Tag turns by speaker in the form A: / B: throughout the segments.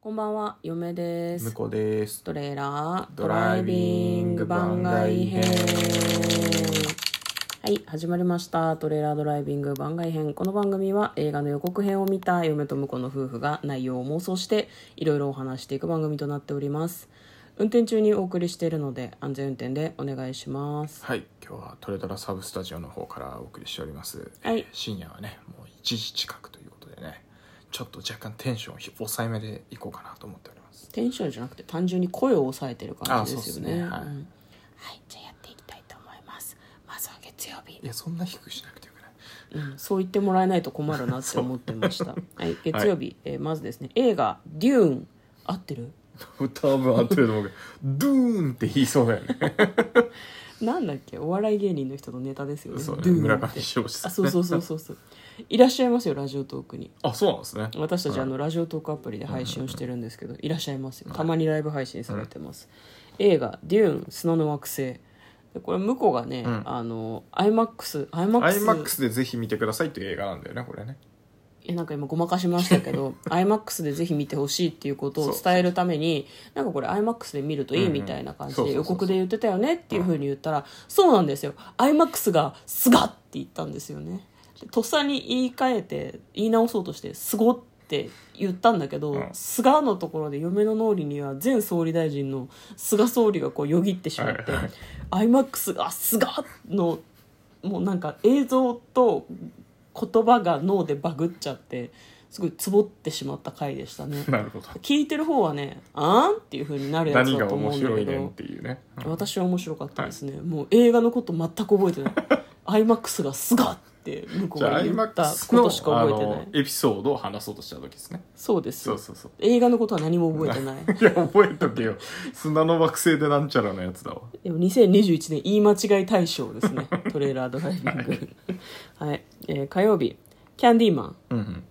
A: こんばんは、嫁で
B: 向
A: す。
B: こうです。
A: トレーラード
B: ド
A: ラ
B: ラ
A: イ
B: イ
A: ビ
B: ビ
A: ン
B: ン
A: グ
B: グ
A: 番
B: 番
A: 外
B: 外
A: 編
B: 編。
A: はい、始まりました。トレーラードライビング番外編。この番組は映画の予告編を見た嫁と婿の夫婦が内容を妄想していろいろお話していく番組となっております。運転中にお送りしているので安全運転でお願いします。
B: はい、今日はトレドラサブスタジオの方からお送りしております。
A: はい
B: 深夜はね、もう1時近くということでね、ちょっと若干テンションを抑えめでいこうかなと思っております。
A: テンションじゃなくて単純に声を抑えてる感じですよね。
B: あそうですねはい
A: うんはい、じゃあやっていきたいと思います。まずは月曜日
B: い。や、そんな低くしなくてよくない。
A: うんそう言ってもらえないと困るなって思ってました。はい、月曜日、えーまずですね、映画「デューン」合ってる
B: 多分合ってると思うけど、ドゥーンって言いそうだよね。
A: なんだっけお笑い芸人の人のネタですよね。
B: そうね、
A: ドゥーン
B: 村上正史さ
A: あ
B: ん。
A: そうそうそうそうそう。いらっしゃいますよラジオトークに。
B: あ、そうなんですね。
A: 私たち、あ
B: はい
A: のラジオトークアプリで配信をしてるんですけど、いらっしゃいますよ。たまにライブ配信されてます。映画「デューン砂の惑星」でこれ向こうがね、
B: ん
A: あの IMAX IMAX,
B: アイマックスでぜひ見てくださいっていう映画なんだよね、これね。
A: えなんか今ごまかしましたけ ど iMAX でぜひ見てほしいっていうことを伝えるためになんかこれ iMAX で見るといいみたいな感じ
B: うんう
A: で予
B: んそうそうそ
A: 告
B: うそう
A: で言ってたよねっていうふうに言ったらそうなんですよ iMAX が「すが」って言ったんですよねでとっさに言い換えて言い直そうとして「すご」って言ったんだけど
B: ん
A: 「すが」のところで嫁の脳裏には前総理大臣の菅総理がこうよぎってしまって
B: はい
A: 「iMAX が「すが」のもうなんか映像と言葉が脳でバグっちゃってすごいツボってしまった回でしたね
B: なるほど。
A: 聞いてる方はね「あん?」っていう風になるやつ
B: 何
A: だ
B: が
A: と思
B: 面
A: うんだ
B: 白
A: け
B: いねん
A: ど
B: っていうね。うん
A: 私は面白かったですね、もう映画のこと全く覚えてない IMAX が「すが」って向こう
B: じゃ
A: が
B: あ、アイ
A: 言
B: マッ
A: った
B: ク
A: こ
B: スの
A: としか覚えてな
B: あの
A: い
B: エピソードを話そうとした時ですね。
A: そうです
B: そうそうそう。
A: 映画のことは何も覚えてない
B: いや覚えとけよ砂の惑星でなんちゃらのやつだわ
A: でも2021年言い間違い大賞です ねトレーラードライビングはい、えー火曜日「キャンディーマン
B: うん、うん、」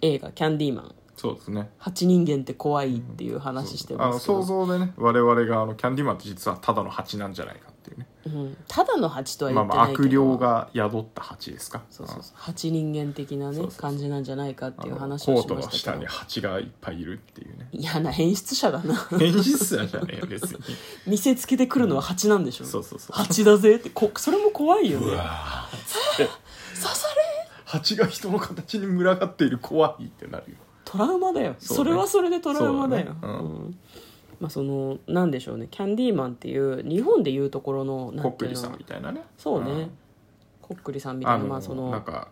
A: 映画「キャンディーマン」
B: そうですね
A: 蜂人間って怖いっていう話して
B: あ
A: ま
B: の
A: すけど、
B: 想像でね我々があのキャンディーマンって実はただの蜂なんじゃないかっていうね
A: うん、ただの蜂とは言
B: まあ
A: っ
B: ま
A: てない
B: あ
A: けど、
B: 悪霊が宿った蜂ですか
A: そうそうそう蜂人間的なね
B: そうそうそう
A: 感じなんじゃないかって
B: う
A: い
B: ん
A: う
B: あの
A: 話
B: コ
A: を
B: ー
A: し
B: ト
A: ま
B: の
A: した
B: 下
A: け
B: に
A: ど
B: 蜂がいっぱいいるっていうね
A: 嫌な演出者だな
B: 変質者じゃねえよ別に
A: 見せつけてくるのは蜂なんでしょ、
B: そうそうそう
A: 蜂だぜってこそれも怖いよね
B: わーっつって
A: 刺され
B: 蜂が人の形に群がっている怖いってなるよ
A: トラウマだよそ,、
B: そうね
A: れはそれでトラウマだよ
B: そうだねうん
A: んまあそのなんでしょうねキャンディーマンっていう日本でいうところのな
B: こ
A: ん
B: ってく
A: いう
B: り
A: の
B: さんみたいなね
A: そうね、
B: うん
A: こっくりさんみたい
B: あ
A: な
B: の、
A: まあその
B: なんか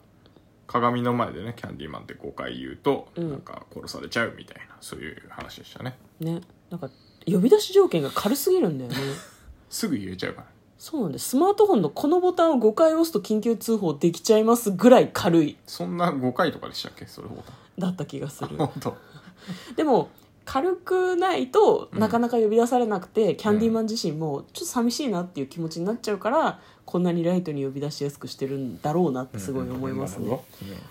B: 鏡の前でねキャンディーマンって5回言うと、
A: うん
B: なんか殺されちゃうみたいなそういう話でしたね
A: ねなんか呼び出し条件が軽すぎるん だよね
B: すぐ言えちゃうから
A: そうなんですスマートフォンのこのボタンを5回押すと緊急通報できちゃいますぐらい軽い
B: そんな5回とかでしたっけそれボ
A: だった気がす
B: タン
A: る
B: 本当
A: でも軽くないとなかなか呼び出されなくて、キャンディーマン自身もちょっと寂しいなっていう気持ちになっちゃうからこんなにライトに呼び出しやすくしてるんだろうなってすごい思いますね、
B: なる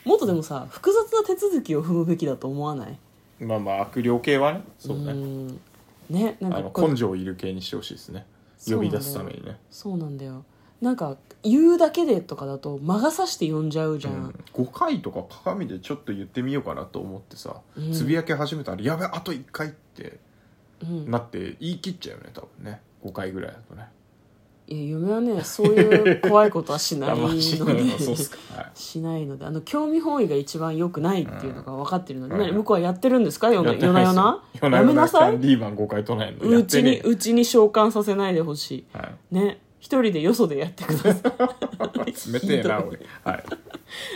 B: ほ
A: もっとでもさ複雑な手続きを踏むべきだと思わない
B: どうんまあまあ悪霊系はねそうね
A: んねなん
B: あ
A: か
B: の
A: こう
B: 根性いる系にしてほしいですね
A: そう
B: 呼
A: なん
B: び
A: だよ
B: 出すためにね
A: そうなんだよなんか言うだけでとかだと魔が差して呼んじゃうじゃん
B: 5回とか鏡でちょっと言ってみようかなと思ってさ
A: うん
B: つぶやき始めたら「やべあと1回」って
A: うん
B: なって言い切っちゃうよね多分ね5回ぐらいだとね
A: いや夢はねそういう怖いことはしないの
B: あまあ
A: で
B: し ない のそうっすかはい
A: しないのであの興味本位が一番良くないっていうのが分かってるので、
B: うん
A: 何向こうはやってるんですか夜な
B: やって
A: 夜な
B: な
A: い
B: っ
A: 夜な
B: すよ夜な
A: やめ
B: 夜
A: な
B: なキ
A: さ
B: ャ
A: い
B: ンディーマン5回唱えんのや
A: う
B: って
A: ち
B: ね
A: にうちに召喚させないでほし
B: えはい
A: いね一人でよそでやってください
B: 冷てえな
A: ひどい
B: 俺はい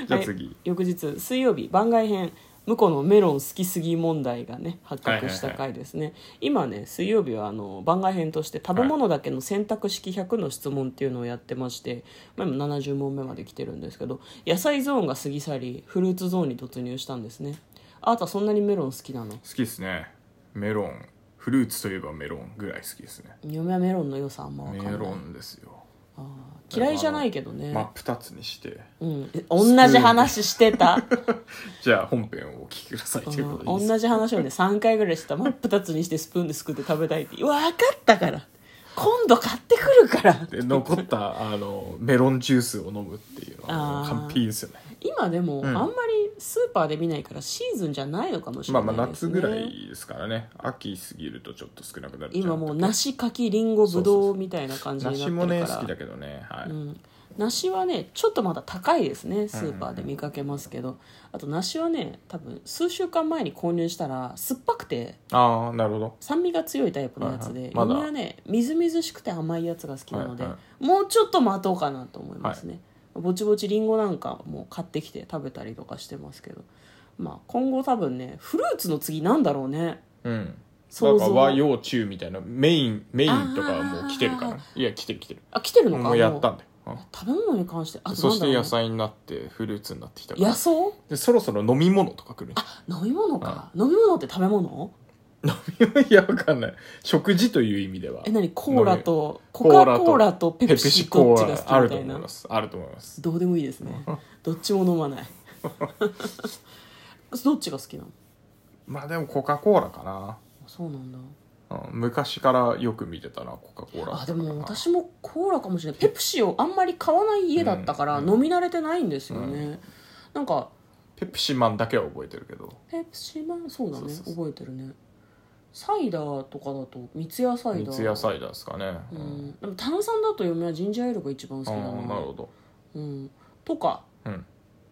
B: じゃあ次、
A: 翌日水曜日番外編向こうのメロン好きすぎ問題がね発覚した回ですね、今ね水曜日はあの番外編として食べ物だけの選択式100の質問っていうのをやってまして、まあ、今70問目まで来てるんですけど野菜ゾーンが過ぎ去りフルーツゾーンに突入したんですねあなたそんなにメロン好きなの
B: 好きですねメロンフルーツといえばメロンぐらい好きですね
A: 嫁はメロンの良さあんま分
B: メ
A: かんない
B: ロンですよ
A: あー嫌いじゃないけどね、
B: 真っ二つにして
A: うん、え同じ話してた
B: じゃあ本編をお聞きくださいということでいいです
A: 同じ話をね3回ぐらいした真っ二つにしてスプーンですくって食べたいって分かったから今度買ってくるから
B: で残ったあのメロンジュースを飲むっていうのは
A: あー
B: 完璧ですよね
A: 今でも、
B: ん
A: あんまりスーパーで見ないからシーズンじゃないのかもし
B: ま
A: れ
B: あまあ
A: ないです
B: 夏
A: ね、
B: ぐらいですからね秋過ぎるとちょっと少なくなる
A: 今もう
B: 梨
A: 梨柿りんごぶ
B: そうそ
A: ど
B: うそう
A: みたいな感じになって
B: 梨
A: る
B: も
A: から
B: ね好きだけどねはい、
A: うん、梨はねちょっとまだ高いですねスーパーで見かけますけど、あと梨はね多分数週間前に購入したら酸っぱくて
B: ああなるほど
A: 酸味が強いタイプのやつで、
B: はいはいまだ
A: 嫁はねみずみずしくて甘いやつが好きなので、
B: はいは
A: もうちょっと待とうかなと思いますね、ぼちぼちりんごなんかも買ってきて食べたりとかしてますけど、まあ、今後多分ねフルーツの次なんだろうね
B: うん
A: 想
B: だ
A: 像
B: から和洋中みたいなメインメインとかはもう来てるか
A: あ
B: らいや来てる来てる
A: あ来てるのか
B: もうやった
A: も
B: んだようん
A: う食べ物に関してあとなんだろうね
B: そして野菜になってフルーツになってきたから
A: 野草
B: でそろそろ飲み物とか来るんじゃん
A: 飲み物か、飲み物って食べ物
B: いやわかんない食事という意味では
A: え何コーラとコ
B: コーラ
A: カ・
B: と
A: コーラとペ
B: ペプ
A: プシ
B: シ
A: ど
B: コ
A: っち
B: ー
A: が
B: ラ
A: 好
B: あ
A: きみたい
B: ると思い
A: な
B: ますあると思います
A: どうでもいいですね どっちも飲まない どっちが好きなの
B: まあでもコカ・コーラか
A: そうなんだ
B: な、うん、昔からよく見てたなコカ・コーラだ
A: あ
B: った
A: で
B: から
A: も私もコーラかもしれないペプシをあんまり買わない家だったから
B: うん
A: 飲み慣れてないんですよね、
B: う
A: なんか
B: ペプシマンだけは覚えてるけど
A: ペプシマンそうだね
B: そうそうそう
A: 覚えてるねサイダーとかだと三ツ矢サイダー
B: 三ツ矢サイダーですかね
A: う
B: うんん、
A: でも炭酸だと嫁はジンジャーエールが一番好
B: あ
A: き
B: あ
A: なの
B: ーなるほど
A: うん、とか
B: うん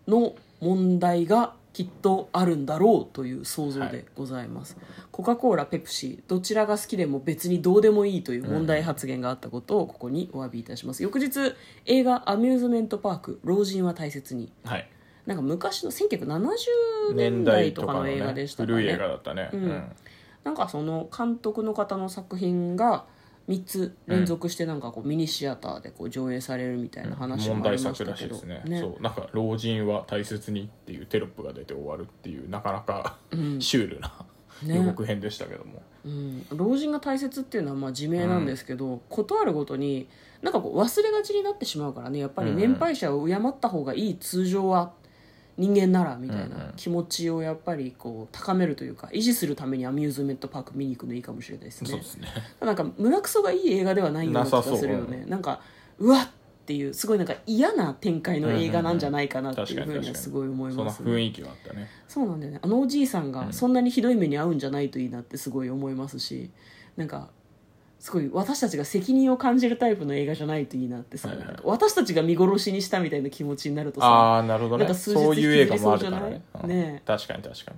A: の問題がきっとあるんだろうという想像
B: は
A: で
B: い
A: ございます、コカ・コーラペプシどちらが好きでも別にどうでもいいという問題発言があったことをここにお詫びいたします翌日映画「アミューズメント・パーク老人は大切に
B: はい」
A: なんか昔の1970年
B: 年
A: 代
B: 代
A: と
B: と
A: か
B: かの
A: の
B: ね
A: 映画でしたかね
B: 古い映画だったね、
A: う
B: うんん
A: なんかその監督の方の作品が3つ連続してなんかこうミニシアターでこう上映されるみたいな話
B: 問
A: もあ
B: 題
A: りまし
B: 作
A: た
B: らし
A: け
B: いで
A: ど
B: すねそうなんか「老人は大切に」っていうテロップが出て終わるっていうなかなか
A: うん
B: シュールな、
A: ね
B: 予告編でしたけども
A: うん、老人が大切っていうのはまあ自明なんですけど、ことあるごとになんかこう忘れがちになってしまうからねやっぱり
B: うんうん
A: 年配者を敬った方がいい通常は人間ならみたい
B: うんう
A: なん気持ちをやっぱりこう高めるというか維持するためにアミューズメントパーク見に行くのいいかもしれないです
B: そう
A: ね
B: ですね
A: なんか胸くそがいい映画ではないような気が
B: なさそう
A: するよねなんかうわっっていうすごいなんか嫌な展開の映画なんじゃないかなっていうふうにはすごい思い
B: そん
A: ま
B: な
A: すね
B: 雰囲気があったね
A: そうなんだよねあのおじいさんがそんなにひどい目に遭うんじゃないといいなってすごい思いますしなんかすごい私たちが責任を感じるタイプの映画じゃないといいなってさ、
B: はいはい
A: なんか私たちが見殺しにしたみたいな気持ちになるとさ
B: ああなるほど
A: なん
B: ね
A: か数日
B: そういう映画もあるから
A: 引き
B: ね
A: ずりそうじゃない
B: うん
A: ね
B: 確かに確かに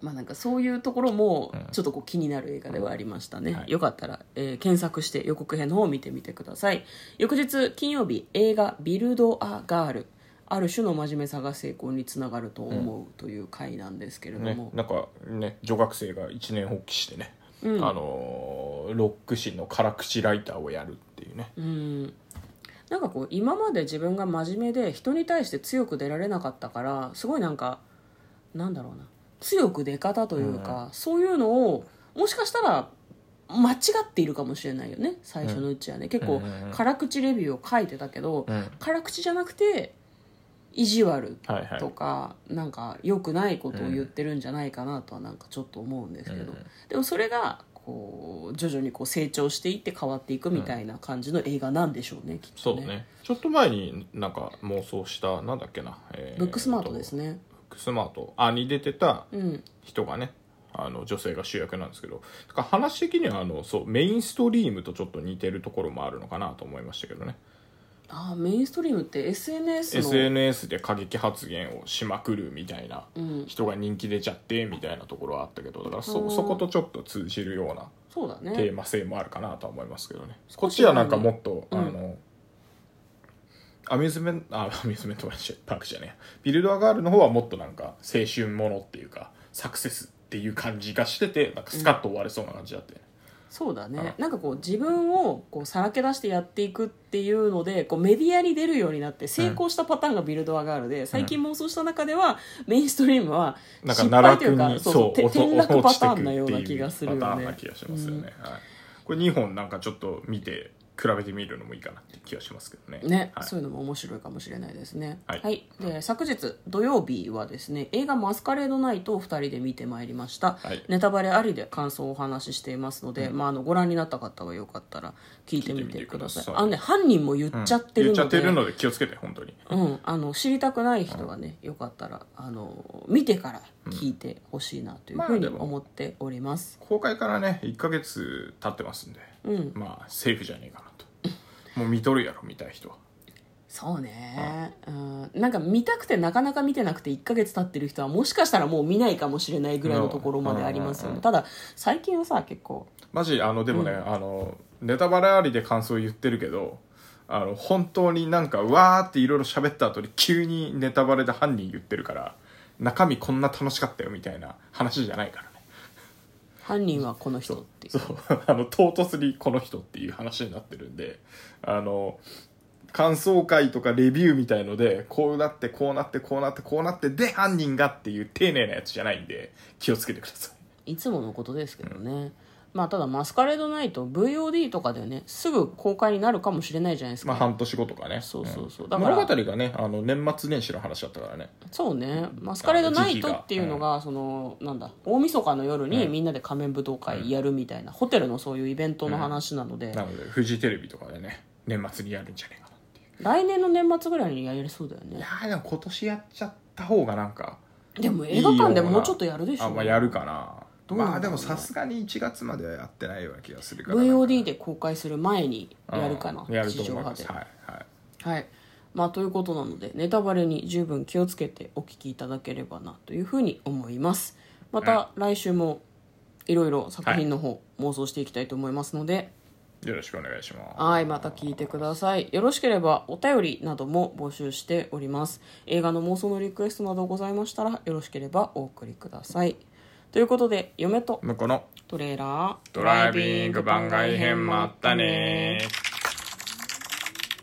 A: まあなんかそういうところも
B: うん
A: ちょっとこう気になる映画ではありましたね、
B: はい
A: よかったら、えー検索して予告編の方を見てみてください翌日金曜日映画「ビルド・ア・ガール」ある種の真面目さが成功につながると思うという回なんですけれども、
B: ね、なんかね女学生が一年発起してね、
A: うん
B: あのーロック誌の辛口ライターをやるっていうね
A: うんなんかこう今まで自分が真面目で人に対して強く出られなかったからすごいなんかなんだろうな強く出方というか、そういうのをもしかしたら間違っているかもしれないよね最初のうちはね、結構
B: うんうん
A: 辛口レビューを書いてたけど、
B: うん
A: 辛口じゃなくて意地悪
B: はいはい
A: とか、なんか良くないことを言ってるんじゃないかなとはなんかちょっと思うんですけど、
B: うん
A: でもそれがこう徐々にこう成長していって変わっていくみたいな感じの映画なんでしょうね、きっ
B: そ
A: と
B: う
A: ね
B: ねちょっと前になんか妄想したなんだっけな、え
A: ブックスマートです
B: ね
A: ね、
B: ブックスマートあに出てた
A: うん
B: 人がねあの女性が主役なんですけどだから話的にはあのそうメインストリームとちょっと似てるところもあるのかなと思いましたけどね
A: ああメインストリームって SNS の
B: SNS で過激発言をしまくるみたいな
A: うん、
B: 人が人気出ちゃってみたいなところはあったけどだから
A: うん
B: そそことちょっと通じるような
A: そうだ
B: テー
A: ね
B: マ性もあるかなとは思いますけどね
A: 少し
B: こっちはなんかもっと、
A: うん
B: あのアミューズメントあアミューズメントパークじゃねえやビルドアガールの方はもっとなんか青春ものっていうかサクセスっていう感じがしててなんかスカッと終われそうな感じだって、
A: そうだねなんかこう自分をこうさらけ出してやっていくっていうのでこうメディアに出るようになって成功したパターンがビルドアガールで、最近妄想した中ではメインストリームは
B: なん
A: 失
B: か
A: 敗とい
B: 奈
A: う
B: 落
A: か
B: に
A: そう
B: そう
A: て
B: 落
A: 転落パ
B: 落ち
A: ター
B: てくって
A: ン
B: い
A: なような
B: う
A: 気がするよ
B: パターンな
A: ね
B: 気がしますよね、はい、これ2本なんかちょっと見て比比べてみるのもいいかなって気がしますけどね。
A: ね、
B: はい
A: そういうのも面白いかもしれないですね。
B: はい
A: で昨日土曜日はですね映画「マスカレードナイト」を2人で見てまいりました、
B: はい
A: ネタバレありで感想をお話ししていますので、まあ、あのご覧になった方はよかったら聞いてみてください
B: 聞いてみてください
A: あのね犯人も言っちゃってる
B: 言っちゃ
A: の
B: って
A: で、
B: るので気をつけて本当に。
A: うん、あの知りたくない人はね、よかったらあの見てから聞いてほしいなというふうに
B: まあでも
A: 思っております、
B: 公開からね1ヶ月経ってますんで、まあセーフじゃねえかなと。もう見とる やろ見たい人は。
A: そうね、うん、なんか見たくてなかなか見てなくて1ヶ月経ってる人はもしかしたらもう見ないかもしれないぐらいのところまでありますよね、ただ最近はさ結構
B: マジあのでもね、あのネタバレありで感想言ってるけどあの本当になんかわーっていろいろ喋った後に急にネタバレで犯人言ってるから中身こんな楽しかったよみたいな話じゃないからね
A: 犯人はこの人っていう
B: そう あの唐突にこの人っていう話になってるんであの感想会とかレビューみたいのでこうなってこうなってこうなってこうなってで犯人がっていう丁寧なやつじゃないんで気をつけてください
A: いつものことですけどね、まあただ「マスカレードナイト」VOD とかでねすぐ公開になるかもしれないじゃないですか、
B: まあ半年後とかね
A: そうそうそうんだから
B: 物語がねあの年末年始の話だったからね
A: そうね「マスカレードナイト」っていうのが、そのなんだ大晦日の夜にみんなで仮面舞踏会やるみたいな、ホテルのそういうイベントの話なので、
B: なのでフジテレビとかでね年末にやるんじゃねえかなっていう
A: 来年の年末ぐらいにやれそうだよ
B: い
A: ね
B: やーでも今年やっちゃった方がなんか
A: でも
B: いい
A: 映
B: よ
A: 画
B: うな
A: 館でもうちょっとやるでしょ
B: あまあやるかな
A: どうなんだろうね
B: まあでもさすがに1月まではやってないような気がするから
A: VOD で公開する前にやるかな、
B: うんやると
A: 地
B: 思
A: 上波
B: いま
A: です
B: はいはい
A: はいまあということなのでネタバレに十分気をつけてお聞きいただければなというふうに思いますまた来週もいろいろ作品の方妄想していきたいと思いますので、
B: よろしくお願いします
A: はい、また聞いてください。よろしければお便りなども募集しております。映画の妄想のリクエストなどございましたら、よろしければお送りください。ということで、嫁と
B: 向こうの
A: トレーラー、
B: ドライビング番外編もあったねー